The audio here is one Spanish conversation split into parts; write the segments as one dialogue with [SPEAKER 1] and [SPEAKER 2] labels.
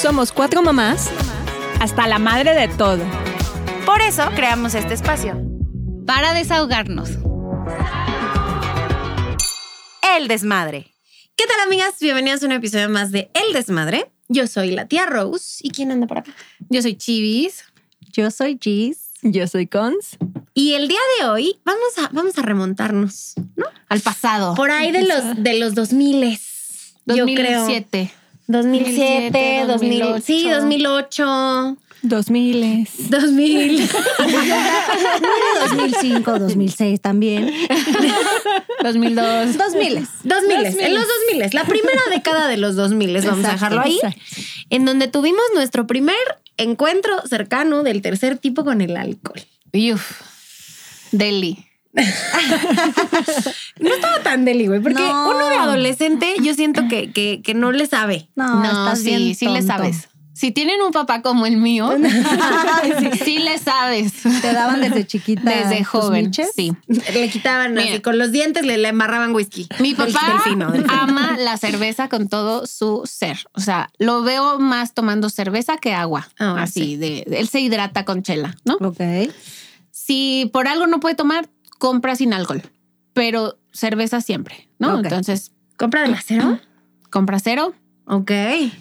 [SPEAKER 1] Somos cuatro mamás
[SPEAKER 2] hasta la madre de todo.
[SPEAKER 3] Por eso creamos este espacio.
[SPEAKER 4] Para desahogarnos.
[SPEAKER 3] El desmadre.
[SPEAKER 5] ¿Qué tal, amigas? Bienvenidas a un episodio más de El Desmadre. Yo soy la tía Rose. ¿Y quién anda por acá?
[SPEAKER 4] Yo soy Chivis.
[SPEAKER 5] Yo soy Gis.
[SPEAKER 1] Yo soy Cons.
[SPEAKER 5] Y el día de hoy vamos a, vamos a remontarnos, ¿no?
[SPEAKER 4] Al pasado.
[SPEAKER 5] Por ahí de los, de los 2000 yo creo.
[SPEAKER 4] 2007.
[SPEAKER 5] 2007, 2000, sí, 2008,
[SPEAKER 1] 2000 es.
[SPEAKER 5] 2000.
[SPEAKER 6] 2005, 2006 también.
[SPEAKER 4] 2002.
[SPEAKER 5] 2000, 2000, en los 2000, la primera década de los 2000, vamos a dejarlo ahí, en donde tuvimos nuestro primer encuentro cercano del tercer tipo con el alcohol.
[SPEAKER 4] Yuf. Delhi.
[SPEAKER 5] No estaba tan deli, güey, porque
[SPEAKER 6] No.
[SPEAKER 5] uno de adolescente yo siento que, que, que no le sabe.
[SPEAKER 6] No, estás
[SPEAKER 4] sí,
[SPEAKER 6] bien
[SPEAKER 4] sí le
[SPEAKER 6] tonto.
[SPEAKER 4] sabes. Si tienen un papá como el mío, sí, sí le sabes.
[SPEAKER 6] Te daban desde chiquita.
[SPEAKER 4] Desde
[SPEAKER 6] tus
[SPEAKER 4] joven.
[SPEAKER 6] miches.
[SPEAKER 4] Sí.
[SPEAKER 5] Le quitaban así
[SPEAKER 4] Mira.
[SPEAKER 5] con los dientes, le, le embarraban whisky.
[SPEAKER 4] Mi
[SPEAKER 5] Del-
[SPEAKER 4] papá
[SPEAKER 5] del fino, del fino.
[SPEAKER 4] ama la cerveza con todo su ser. O sea, lo veo más tomando cerveza que agua.
[SPEAKER 5] Ah,
[SPEAKER 4] así de, de- él se hidrata con chela, ¿no?
[SPEAKER 6] Ok.
[SPEAKER 4] Si por algo no puede tomar, compra sin alcohol, pero cerveza siempre, ¿no?
[SPEAKER 6] Ok.
[SPEAKER 4] Entonces,
[SPEAKER 5] ¿Compra de la cero?
[SPEAKER 4] compra cero,
[SPEAKER 5] Ok.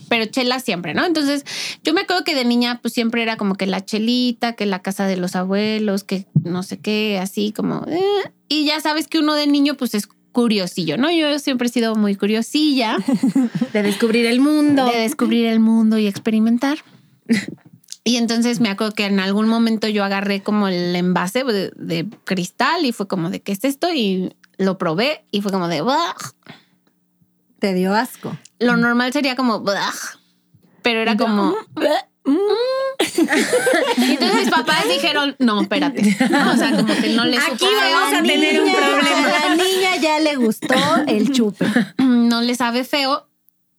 [SPEAKER 4] pero chela siempre, ¿no? Entonces, yo me acuerdo que de niña, pues siempre era como que la chelita, que la casa de los abuelos, que no sé qué, así como. eh. Y ya sabes que uno de niño, pues es curiosillo, ¿no? Yo siempre he sido muy curiosilla
[SPEAKER 5] De descubrir el mundo.
[SPEAKER 4] de descubrir el mundo y experimentar. Y entonces me acuerdo que en algún momento yo agarré como el envase de, de cristal y fue como de qué es esto y lo probé y fue como de "Buah".
[SPEAKER 6] Te dio asco.
[SPEAKER 4] lo normal sería como "Buah", pero era como Y entonces mis papás dijeron no espérate No, o sea como que no les
[SPEAKER 5] Aquí
[SPEAKER 4] supo-
[SPEAKER 5] vamos a tener un problema.
[SPEAKER 6] A la niña ya le gustó el chupe.
[SPEAKER 4] no le sabe feo.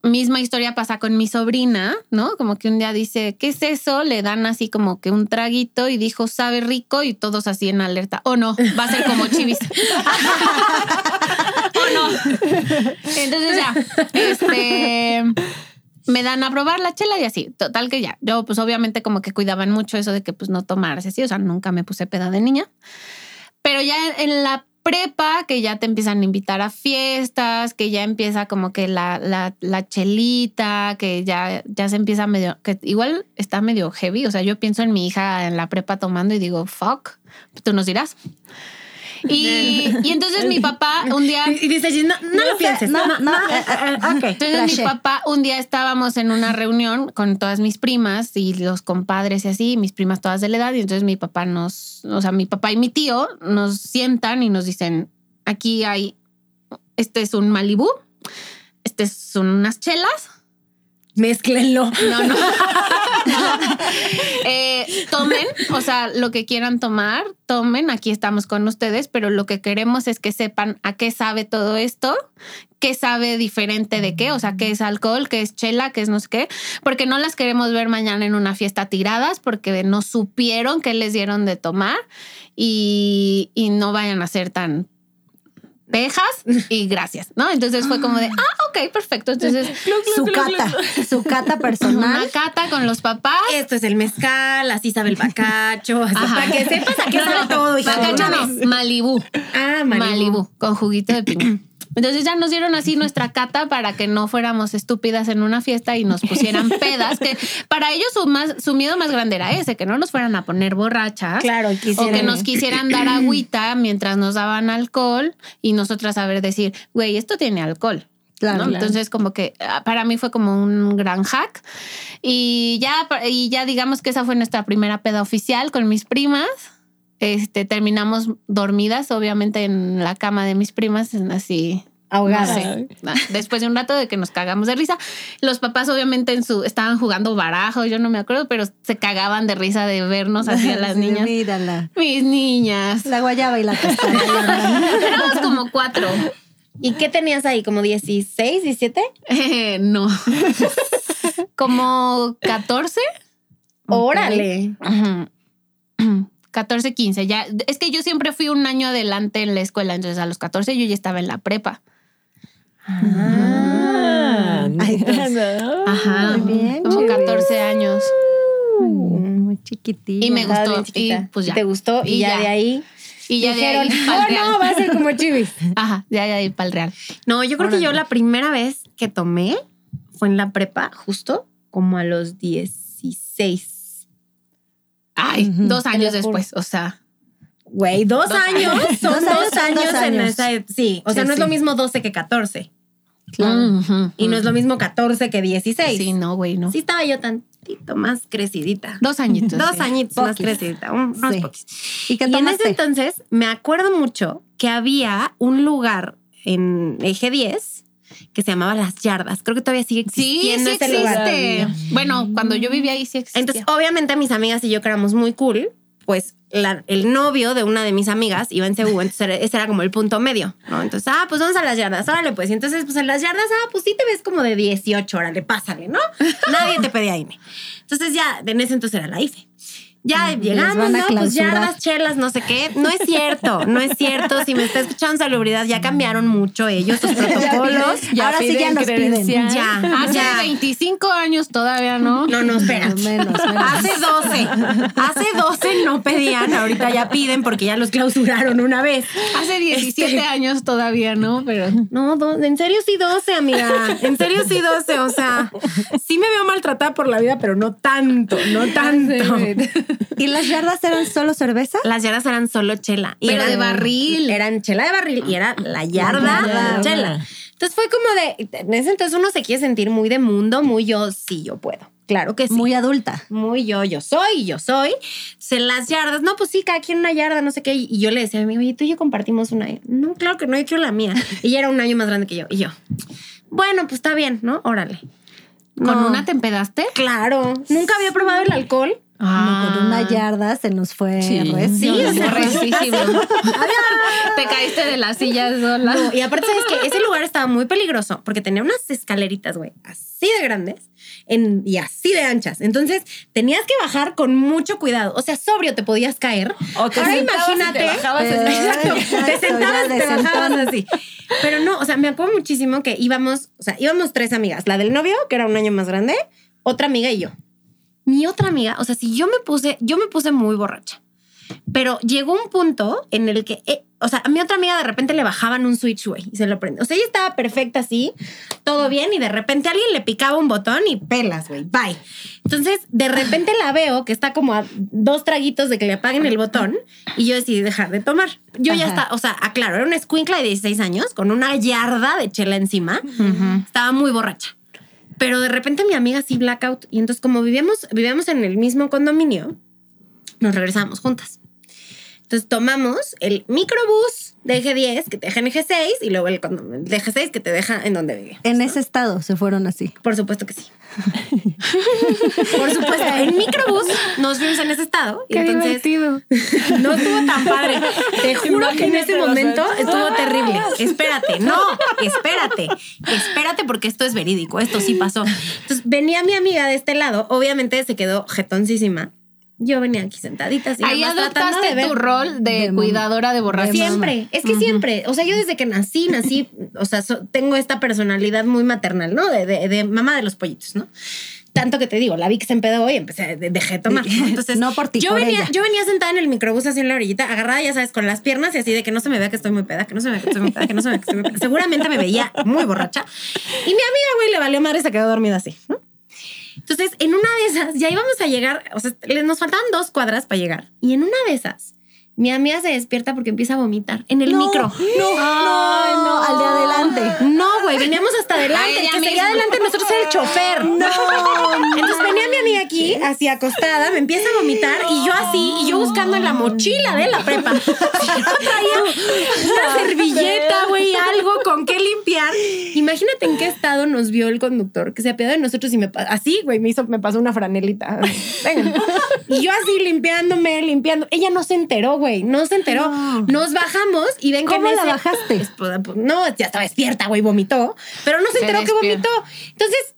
[SPEAKER 4] Misma historia pasa con mi sobrina, ¿no? Como que un día dice, ¿qué es eso? Le dan así como que un traguito y dijo, sabe rico y todos así en alerta. O no, va a ser como chivis. o no. Entonces ya, este, me dan a probar la chela y así. Total que ya. Yo pues obviamente como que cuidaban mucho eso de que pues no tomarse, sí. O sea, nunca me puse peda de niña. Pero ya en la prepa, que ya te empiezan a invitar a fiestas, que ya empieza como que la, la, la chelita, que ya, ya se empieza medio, que igual está medio heavy. O sea, yo pienso en mi hija en la prepa tomando y digo, fuck, tú nos dirás. Y, y entonces mi papá un día...
[SPEAKER 5] Y y dice, no, no, lo pienses.
[SPEAKER 6] No, no. eh, eh, ok.
[SPEAKER 4] Entonces mi
[SPEAKER 6] Trashé.
[SPEAKER 4] papá, un día estábamos en una reunión con todas mis primas y los compadres y así, y mis primas todas de la edad, y entonces mi papá nos, o sea, mi papá y mi tío nos sientan y nos dicen, aquí hay, este es un Malibú, este son unas chelas,
[SPEAKER 5] Mézclenlo.
[SPEAKER 4] no, no, Eh, tomen, o sea, lo que quieran tomar, tomen, aquí estamos con ustedes, pero lo que queremos es que sepan a qué sabe todo esto, qué sabe diferente de qué, o sea, qué es alcohol, qué es chela, qué es no sé qué, porque no las queremos ver mañana en una fiesta tiradas porque no supieron qué les dieron de tomar y, y no vayan a ser tan pejas y gracias, ¿no? Entonces fue como de, ah, ok, perfecto, entonces...
[SPEAKER 6] Su cata. Su cata
[SPEAKER 4] Una
[SPEAKER 6] personal.
[SPEAKER 4] cata con los papás
[SPEAKER 5] Esto es el mezcal, así sabe el bacacho. así,
[SPEAKER 4] Ajá.
[SPEAKER 5] para que sepas a qué sabe todo. hija, de
[SPEAKER 4] Bacacho
[SPEAKER 5] una
[SPEAKER 4] no,
[SPEAKER 5] pues, vez.
[SPEAKER 4] Malibú.
[SPEAKER 5] Ah,
[SPEAKER 4] Malibú.
[SPEAKER 5] Malibu.
[SPEAKER 4] con juguito de piña. Entonces ya nos dieron así nuestra cata para que no fuéramos estúpidas en una fiesta y nos pusieran pedas, que para ellos su, más, su miedo más grande era ese, que no nos fueran a poner borrachas.
[SPEAKER 5] Claro,
[SPEAKER 4] O
[SPEAKER 5] quisiera.
[SPEAKER 4] que nos quisieran dar agüita mientras nos daban alcohol y nosotras saber decir, güey, esto tiene alcohol.
[SPEAKER 6] Claro.
[SPEAKER 4] ¿no? Entonces, como que ah, para mí fue como un gran hack. Y ya, y ya digamos que esa fue nuestra primera peda oficial con mis primas. Este, terminamos dormidas, obviamente, en la cama de mis primas, en así. no
[SPEAKER 5] ahogadas.
[SPEAKER 4] sé, na- después de un rato de que nos cagamos de risa. Los papás, obviamente, en su, estaban jugando barajo, yo no me acuerdo, pero se cagaban de risa de vernos así a las
[SPEAKER 6] Sí,
[SPEAKER 4] niñas.
[SPEAKER 6] Mírala.
[SPEAKER 4] Mis niñas.
[SPEAKER 6] La guayaba y la tostada. ahí andan.
[SPEAKER 4] Éramos como cuatro.
[SPEAKER 5] ¿Y qué tenías ahí? ¿Como 16, 17?
[SPEAKER 4] Eh, no. Como 14.
[SPEAKER 5] Órale.
[SPEAKER 4] Ajá. 14, 15. Ya, es que yo siempre fui un año adelante en la escuela, entonces a los 14 yo ya estaba en la prepa.
[SPEAKER 1] Ah,
[SPEAKER 6] Ay, Dios.
[SPEAKER 4] Ajá.
[SPEAKER 5] Ah.
[SPEAKER 6] Muy bien,
[SPEAKER 4] Como
[SPEAKER 6] Chivis.
[SPEAKER 4] 14,
[SPEAKER 5] Uh,
[SPEAKER 1] Mm.
[SPEAKER 6] chiquitita.
[SPEAKER 4] Y me
[SPEAKER 5] Estaba
[SPEAKER 4] gustó,
[SPEAKER 5] bien chiquita.
[SPEAKER 4] y pues ya.
[SPEAKER 5] Te gustó y,
[SPEAKER 4] Y
[SPEAKER 5] ya,
[SPEAKER 4] ya.
[SPEAKER 5] de ahí
[SPEAKER 4] Y ya
[SPEAKER 5] dijeron,
[SPEAKER 4] de ahí
[SPEAKER 5] "Oh,
[SPEAKER 4] pa'l real.
[SPEAKER 5] no, va a ser como chivis.
[SPEAKER 4] Ajá, ya de ahí para el real.
[SPEAKER 5] No, yo creo que yo la primera vez que tomé fue en la prepa, justo como a los 16.
[SPEAKER 4] Ay,
[SPEAKER 6] Ujú.
[SPEAKER 4] dos
[SPEAKER 5] Te
[SPEAKER 4] años
[SPEAKER 5] lo juro.
[SPEAKER 4] después, o sea.
[SPEAKER 5] Güey, dos,
[SPEAKER 4] Dos
[SPEAKER 5] años. Son dos,
[SPEAKER 6] Dos años, son
[SPEAKER 5] años,
[SPEAKER 6] dos
[SPEAKER 5] en
[SPEAKER 6] años.
[SPEAKER 5] esa. Sí, o sea,
[SPEAKER 4] Sí,
[SPEAKER 5] no es
[SPEAKER 4] sí.
[SPEAKER 5] lo mismo 12 que 14.
[SPEAKER 4] Ujú.
[SPEAKER 5] Y no es lo mismo 14 que 16.
[SPEAKER 4] Sí, no, güey, no.
[SPEAKER 5] Sí, estaba yo tantito más crecidita.
[SPEAKER 4] Dos añitos.
[SPEAKER 5] Dos
[SPEAKER 4] sí.
[SPEAKER 5] añitos más
[SPEAKER 6] Poquis.
[SPEAKER 5] crecidita. un- unos
[SPEAKER 6] Sí.
[SPEAKER 5] poquis.
[SPEAKER 6] ¿Y qué
[SPEAKER 5] Y en ese
[SPEAKER 6] tomaste?
[SPEAKER 5] entonces me acuerdo mucho que había un lugar en Eje 10 que se llamaba Las Yardas. Creo que todavía sigue
[SPEAKER 4] Sí,
[SPEAKER 5] existiendo
[SPEAKER 4] sí
[SPEAKER 5] ese
[SPEAKER 4] existe.
[SPEAKER 5] lugar.
[SPEAKER 4] Bueno, cuando yo vivía ahí sí existía.
[SPEAKER 5] Entonces, obviamente, mis amigas y yo, que éramos muy cool, pues la- el novio de una de mis amigas iba en CU, entonces era- ese era como el punto medio, ¿no? Entonces, ah, pues vamos a las yardas, órale, pues. Y entonces, pues en las yardas, ah, pues sí te ves como de 18, órale, pásale, ¿no? Nadie te pedía INE. Entonces, ya, en ese entonces era la IFE. Ya llegamos,
[SPEAKER 6] van a
[SPEAKER 5] ¿no? Pues
[SPEAKER 6] clausurar.
[SPEAKER 5] yardas, chelas, no sé qué. No es cierto, no es cierto. Si me está escuchando salubridad, ya cambiaron mucho ellos sus protocolos.
[SPEAKER 6] Ahora sí ya
[SPEAKER 1] piden
[SPEAKER 6] nos piden. Ah,
[SPEAKER 1] credencial.
[SPEAKER 5] Ya,
[SPEAKER 4] Hace
[SPEAKER 5] ya.
[SPEAKER 4] 25 años todavía, ¿no?
[SPEAKER 5] No, no, espera.
[SPEAKER 6] Menos, menos.
[SPEAKER 5] Hace 12. Hace 12 no pedían, ahorita ya piden porque ya los clausuraron una vez. este,
[SPEAKER 4] Hace 17 años todavía, ¿no? Pero
[SPEAKER 5] No, do- en serio sí 12, amiga. En serio sí 12, o sea, sí me veo maltratada por la vida, pero no tanto,
[SPEAKER 6] Ah,
[SPEAKER 5] no tanto.
[SPEAKER 6] ¿Y las yardas eran solo cerveza?
[SPEAKER 5] Las yardas eran solo chela. Y
[SPEAKER 4] Pero
[SPEAKER 5] eran,
[SPEAKER 4] de barril.
[SPEAKER 5] Eran chela de barril y era la yarda,
[SPEAKER 1] yarda.
[SPEAKER 5] chela. Entonces fue como de, en ese entonces uno se quiere sentir muy de mundo, muy yo, sí, yo puedo. Claro que sí.
[SPEAKER 6] Muy adulta.
[SPEAKER 5] muy yo, yo soy, yo soy. Se las yardas, no, pues sí, cada quien una yarda, no sé qué. Y yo le decía a mi amigo, oye, tú y yo compartimos una. No, claro que no, yo quiero la mía. Ella era un año más grande que yo. Y yo, bueno, pues está bien, ¿no? Órale.
[SPEAKER 4] ¿con
[SPEAKER 5] No.
[SPEAKER 4] una te empedaste?
[SPEAKER 5] Claro. Nunca había probado el alcohol.
[SPEAKER 6] No, con
[SPEAKER 4] Ah,
[SPEAKER 6] una yarda se nos fue.
[SPEAKER 1] Sí.
[SPEAKER 6] recio.
[SPEAKER 5] Sí, o sea,
[SPEAKER 4] Borrachísimo. Te caíste de la silla sola.
[SPEAKER 5] No, y aparte, ¿sabes que Ese lugar estaba muy peligroso porque tenía unas escaleritas, güey, así de grandes en- y así de anchas. Entonces, tenías que bajar con mucho cuidado. O sea, sobrio te podías caer.
[SPEAKER 1] O te sentabas
[SPEAKER 5] Ahora
[SPEAKER 1] y te
[SPEAKER 5] imagínate.
[SPEAKER 1] bajabas.
[SPEAKER 6] Pero-
[SPEAKER 5] Exacto. Te
[SPEAKER 6] Exacto,
[SPEAKER 5] sentabas
[SPEAKER 6] ya
[SPEAKER 5] y te
[SPEAKER 6] de
[SPEAKER 5] bajabas así. Pero no, o sea, me acuerdo muchísimo que íbamos, o sea, íbamos tres amigas. La del novio, que era un año más grande, otra amiga y yo. Mi otra amiga, o sea, si yo me puse, yo me puse muy borracha. Pero llegó un punto en el que, eh, o sea, a mi otra amiga de repente le bajaban un switch, güey, y se lo prende. O sea, ella estaba perfecta así, todo bien, y de repente alguien le picaba un botón y pelas, güey, bye. Entonces, de repente la veo que está como a dos traguitos de que le apaguen el botón, y yo decidí dejar de tomar. Yo ya
[SPEAKER 6] Ajá.
[SPEAKER 5] estaba, o sea, aclaro, era una escuincla de 16 años con una yarda de chela encima. Estaba muy borracha. Pero de repente mi amiga sí blackout. Y entonces, como vivíamos, vivíamos en el mismo condominio, nos regresamos juntas. Entonces tomamos el microbús de eje 10 que te deja en eje 6 y luego el condom- el de eje 6 que te deja en donde vivía.
[SPEAKER 6] En ese estado se fueron así.
[SPEAKER 5] Por supuesto que sí. Por supuesto, en microbús nos fuimos en ese estado. y entonces no estuvo tan padre. Te juro que en ese
[SPEAKER 1] Imagínate los
[SPEAKER 5] momento
[SPEAKER 1] otros.
[SPEAKER 5] estuvo terrible. Espérate, no, espérate, espérate porque esto es verídico, esto sí pasó. Entonces venía mi amiga de este lado, obviamente se quedó jetoncísima. Yo venía aquí sentadita, así,
[SPEAKER 4] Ahí
[SPEAKER 5] nada más tratando de
[SPEAKER 4] adoptaste
[SPEAKER 5] ver.
[SPEAKER 4] tu rol de,
[SPEAKER 6] de
[SPEAKER 4] cuidadora de borrachos.
[SPEAKER 5] Siempre, es que siempre, o sea, yo desde que nací, nací, o sea, so- tengo esta personalidad muy maternal, ¿no? De, de- de mamá de los pollitos, ¿no? Tanto que te digo, la vi que se empedó hoy, empecé, de- dejé de tomar. ¿no? Entonces,
[SPEAKER 6] No por ti,
[SPEAKER 5] yo,
[SPEAKER 6] por
[SPEAKER 5] venía,
[SPEAKER 6] ella.
[SPEAKER 5] yo venía sentada en el microbús así en la orillita, agarrada, ya sabes, con las piernas y así de que no se me vea que estoy muy peda, que no se me vea que estoy muy peda, que no se me vea que estoy muy peda. Seguramente me veía muy borracha. Y mi amiga, güey, le valió madre, se quedó dormida así, ¿no? Entonces, en una de esas, ya íbamos a llegar, o sea, le- nos faltaban dos cuadras para llegar. Y en una de esas, mi amiga se despierta porque empieza a vomitar en el micro.
[SPEAKER 6] No, no, no, al de adelante.
[SPEAKER 5] No, güey, veníamos hasta
[SPEAKER 4] A
[SPEAKER 5] adelante. El
[SPEAKER 4] ella
[SPEAKER 5] que seguía
[SPEAKER 4] misma.
[SPEAKER 5] adelante de nosotros era el chofer. No. Entonces venía mi amiga aquí, así acostada, me empieza a vomitar y yo así, y yo buscando en la mochila de la prepa. Yo traía una servilleta, güey, algo con qué limpiar. Imagínate en qué estado nos vio el conductor, que se apiadó de nosotros y me pa- así, güey, me hizo, me pasó una franelita. Vengan. Y yo así limpiándome, limpiando. Ella no se enteró, güey, no se enteró. Nos bajamos y ven que
[SPEAKER 6] ¿Cómo
[SPEAKER 5] en
[SPEAKER 6] la
[SPEAKER 5] ese-
[SPEAKER 6] bajaste?
[SPEAKER 5] pues, pues, no, ya estaba despierta, güey, vomitó, pero no se
[SPEAKER 4] Se
[SPEAKER 5] enteró que
[SPEAKER 4] despierta.
[SPEAKER 5] vomitó. Entonces,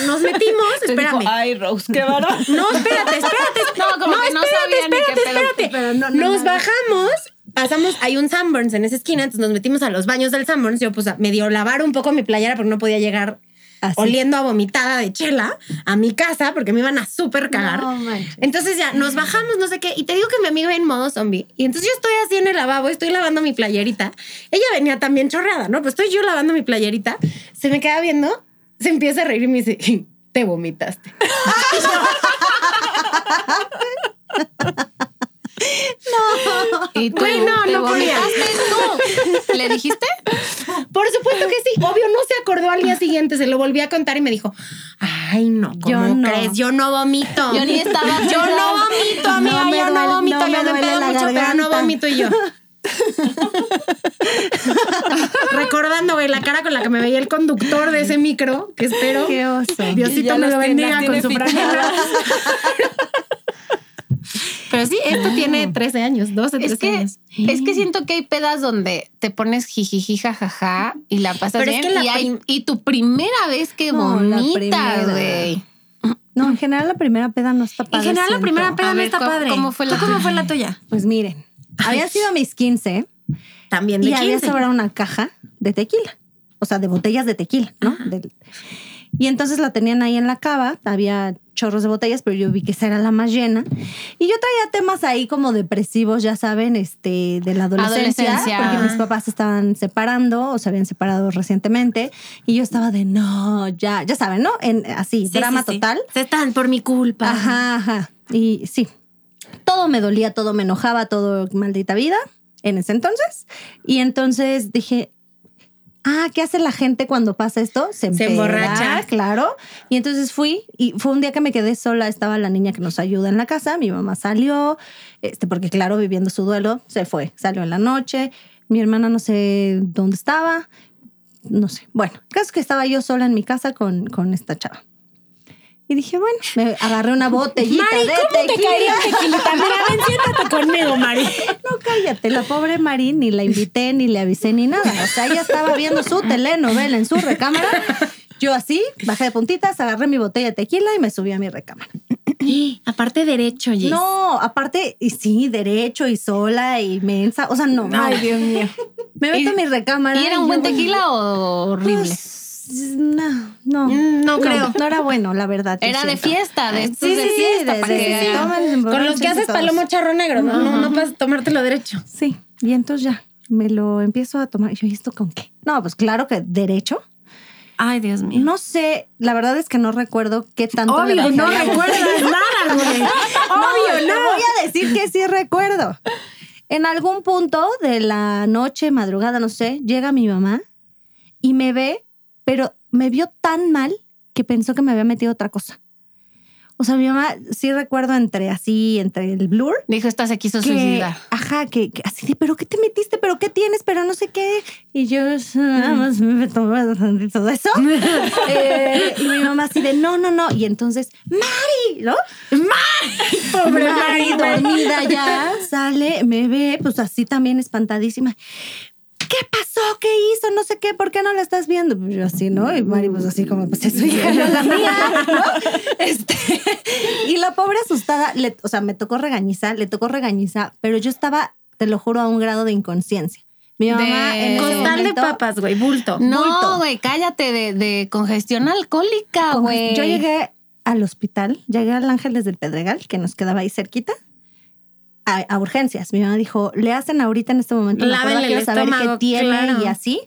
[SPEAKER 5] ye- nos metimos, espérame.
[SPEAKER 1] Ay, Rose, qué bárbaro.
[SPEAKER 5] No, espérate, espérate.
[SPEAKER 4] No, como que no sabía ni qué
[SPEAKER 5] espérate,
[SPEAKER 4] pedo.
[SPEAKER 5] espérate.
[SPEAKER 6] Pero no, no,
[SPEAKER 5] nos
[SPEAKER 6] no.
[SPEAKER 5] bajamos, pasamos, hay un Sanborns en esa esquina, entonces nos metimos a los baños del Sanborns. Yo, pues, a- medio lavar un poco mi playera porque no podía llegar
[SPEAKER 6] Así.
[SPEAKER 5] oliendo a vomitada de chela a mi casa porque me iban a súper cagar.
[SPEAKER 6] No manches.
[SPEAKER 5] Entonces ya nos bajamos, no sé qué, y te digo que mi amiga iba en modo zombie. Y entonces yo estoy así en el lavabo, estoy lavando mi playerita. Ella venía también chorreada, ¿no? Pues estoy yo lavando mi playerita, se me queda viendo, se empieza a reír y me dice, te vomitaste.
[SPEAKER 4] Y tú,
[SPEAKER 5] Güey, no,
[SPEAKER 4] ¿te
[SPEAKER 5] no podía.
[SPEAKER 4] vomitaste tú? ¿Le dijiste?
[SPEAKER 5] Por supuesto que sí, obvio no se acordó al día siguiente, se lo volví a contar y me dijo, ay no, ¿cómo
[SPEAKER 6] Yo no.
[SPEAKER 5] crees? Yo no vomito.
[SPEAKER 4] Yo ni estaba.
[SPEAKER 5] Yo no vomito, amiga,
[SPEAKER 6] No me
[SPEAKER 5] yo
[SPEAKER 6] duele-
[SPEAKER 5] no vomito,
[SPEAKER 6] no me
[SPEAKER 5] yo no
[SPEAKER 6] duele
[SPEAKER 5] pedo
[SPEAKER 6] la
[SPEAKER 5] mucho, pero no
[SPEAKER 6] garganta.
[SPEAKER 5] vomito y yo. Recordando, güey, la cara con la que me veía el conductor de ese micro, que espero.
[SPEAKER 6] Qué oso.
[SPEAKER 2] Y ya
[SPEAKER 5] Diosito me
[SPEAKER 2] las
[SPEAKER 5] lo
[SPEAKER 2] tiene-
[SPEAKER 5] bendiga
[SPEAKER 2] las
[SPEAKER 5] con
[SPEAKER 2] tiene
[SPEAKER 5] su franela. Pero sí, esto tiene 13 años, 12, 13
[SPEAKER 4] Es que,
[SPEAKER 5] años.
[SPEAKER 4] es que siento que hay pedas donde te pones jijiji, jajaja y la pasas
[SPEAKER 5] Pero es
[SPEAKER 4] bien.
[SPEAKER 5] que la
[SPEAKER 4] y, hay-
[SPEAKER 5] prim-
[SPEAKER 4] y tu primera vez que
[SPEAKER 6] No, la
[SPEAKER 4] vomitas,
[SPEAKER 6] primera.
[SPEAKER 4] güey.
[SPEAKER 6] No, en general la primera peda no está padre.
[SPEAKER 5] En general, la
[SPEAKER 6] siento.
[SPEAKER 5] primera peda
[SPEAKER 4] A
[SPEAKER 5] no
[SPEAKER 4] ver,
[SPEAKER 5] está
[SPEAKER 4] ¿cómo-
[SPEAKER 5] padre.
[SPEAKER 4] cómo fue la
[SPEAKER 5] ¿Tú cómo
[SPEAKER 4] tuya?
[SPEAKER 5] fue la tuya?
[SPEAKER 6] Pues miren, había sido mis 15
[SPEAKER 5] También de
[SPEAKER 6] y había
[SPEAKER 5] 15.
[SPEAKER 6] sobrado una caja de tequila, o sea, de botellas de tequila, ¿no? Del- y entonces la tenían ahí en la cava, había chorros de botellas, pero yo vi que esa era la más llena. Y yo traía temas ahí como depresivos, ya saben, este, de la adolescencia,
[SPEAKER 4] Adolescencia.
[SPEAKER 6] porque mis
[SPEAKER 5] Ajá.
[SPEAKER 6] papás se estaban separando o se habían separado recientemente. Y yo estaba de, no, ya, ya saben, ¿no? En, así,
[SPEAKER 5] Sí,
[SPEAKER 6] drama
[SPEAKER 5] sí, sí.
[SPEAKER 6] total.
[SPEAKER 5] Se están por mi culpa.
[SPEAKER 6] Ajá, ajá. Y sí, todo me dolía, todo me enojaba, todo maldita vida en ese entonces. Y entonces dije, ah, ¿qué hace la gente cuando pasa esto? Se,
[SPEAKER 5] Se
[SPEAKER 6] empeda,
[SPEAKER 5] emborracha.
[SPEAKER 6] Claro. Y entonces fui y fue un día que me quedé sola, estaba la niña que nos ayuda en la casa, mi mamá salió, este, porque claro, viviendo su duelo, se fue, salió en la noche, mi hermana no sé dónde estaba, no sé. Bueno, el caso es que estaba yo sola en mi casa con, con esta chava. Y dije, bueno, me agarré una botellita de tequila.
[SPEAKER 5] tequilita? Mira, ven, siéntate conmigo, Mari.
[SPEAKER 6] No, cállate, la pobre Mari ni la invité, ni le avisé, ni nada. O sea, ella estaba viendo su telenovela en su recámara. Yo así, bajé de puntitas, agarré mi botella de tequila y me subí a mi recámara.
[SPEAKER 5] Aparte derecho, Jess.
[SPEAKER 6] No, aparte, y sí, derecho y sola y mensa. O sea, no. Ay, Dios mío. Me meto en mi recámara.
[SPEAKER 4] ¿Y era un buen
[SPEAKER 6] yo-
[SPEAKER 4] tequila o horrible?
[SPEAKER 6] Pues, no, no.
[SPEAKER 5] Mm, no creo.
[SPEAKER 6] No, era bueno, la verdad. yo
[SPEAKER 4] era de
[SPEAKER 6] siento.
[SPEAKER 4] fiesta, de estos
[SPEAKER 6] Sí,
[SPEAKER 4] de
[SPEAKER 6] sí, sí,
[SPEAKER 4] fiesta.
[SPEAKER 6] de-
[SPEAKER 4] para
[SPEAKER 6] sí,
[SPEAKER 4] que-
[SPEAKER 6] sí, sí. Toman,
[SPEAKER 5] Con los que
[SPEAKER 6] emborrachan
[SPEAKER 5] haces
[SPEAKER 6] todos.
[SPEAKER 5] palomo charro negro, ¿no? No, no para tomártelo derecho.
[SPEAKER 6] Sí, y entonces ya me lo empiezo a tomar. Y Yo, ¿y esto con qué? No, pues claro que derecho.
[SPEAKER 5] Ay, Dios mío.
[SPEAKER 6] No sé, la verdad es que no recuerdo qué tanto le
[SPEAKER 5] Obvio,
[SPEAKER 6] bajé
[SPEAKER 5] no
[SPEAKER 6] la-
[SPEAKER 5] recuerdas nada, güey. Obvio,
[SPEAKER 6] Te
[SPEAKER 5] no.
[SPEAKER 6] Voy a decir que sí recuerdo. En algún punto de la noche, madrugada, no sé, llega mi mamá y me ve, pero me vio tan mal que pensó que me había metido otra cosa. O sea, mi mamá sí recuerdo entre así, entre el blur
[SPEAKER 4] Dijo, esta se quiso
[SPEAKER 6] que,
[SPEAKER 4] suicidar.
[SPEAKER 6] ajá, que, que así de, pero ¿qué te metiste? ¿Pero qué tienes? Pero no sé qué. Y yo, nada más me tomé bastante todo eso. Eh, y mi mamá así de, no, no, no. Y entonces, Mari, ¿no?
[SPEAKER 5] Pobre
[SPEAKER 6] Mari,
[SPEAKER 5] marido.
[SPEAKER 6] dormida ya, sale, me ve, pues así también espantadísima. ¿Qué pasó? ¿Qué hizo? No sé qué, ¿por qué no la estás viendo? Pues yo así, ¿no? Y Mari, pues así como, pues es su hija, no es la mía, ¿no? Este, y la pobre asustada, le- o sea, me tocó regañiza, le tocó regañiza, pero yo estaba, te lo juro, a un grado de inconsciencia. Mi mamá
[SPEAKER 4] De-
[SPEAKER 6] en ese
[SPEAKER 5] Costal de
[SPEAKER 6] momento-
[SPEAKER 5] papas, güey, bulto.
[SPEAKER 4] No,
[SPEAKER 6] bulto.
[SPEAKER 4] güey, cállate de, de congestión
[SPEAKER 5] Ah,
[SPEAKER 4] alcohólica, güey.
[SPEAKER 6] Yo llegué al hospital, llegué al Ángeles del Pedregal, que nos quedaba ahí cerquita, a, a urgencias. Mi mamá dijo, le hacen ahorita en este momento la
[SPEAKER 5] Lávenle el
[SPEAKER 6] prueba, quiero saber qué
[SPEAKER 5] estómago,
[SPEAKER 6] tiene
[SPEAKER 5] claro.
[SPEAKER 6] y así.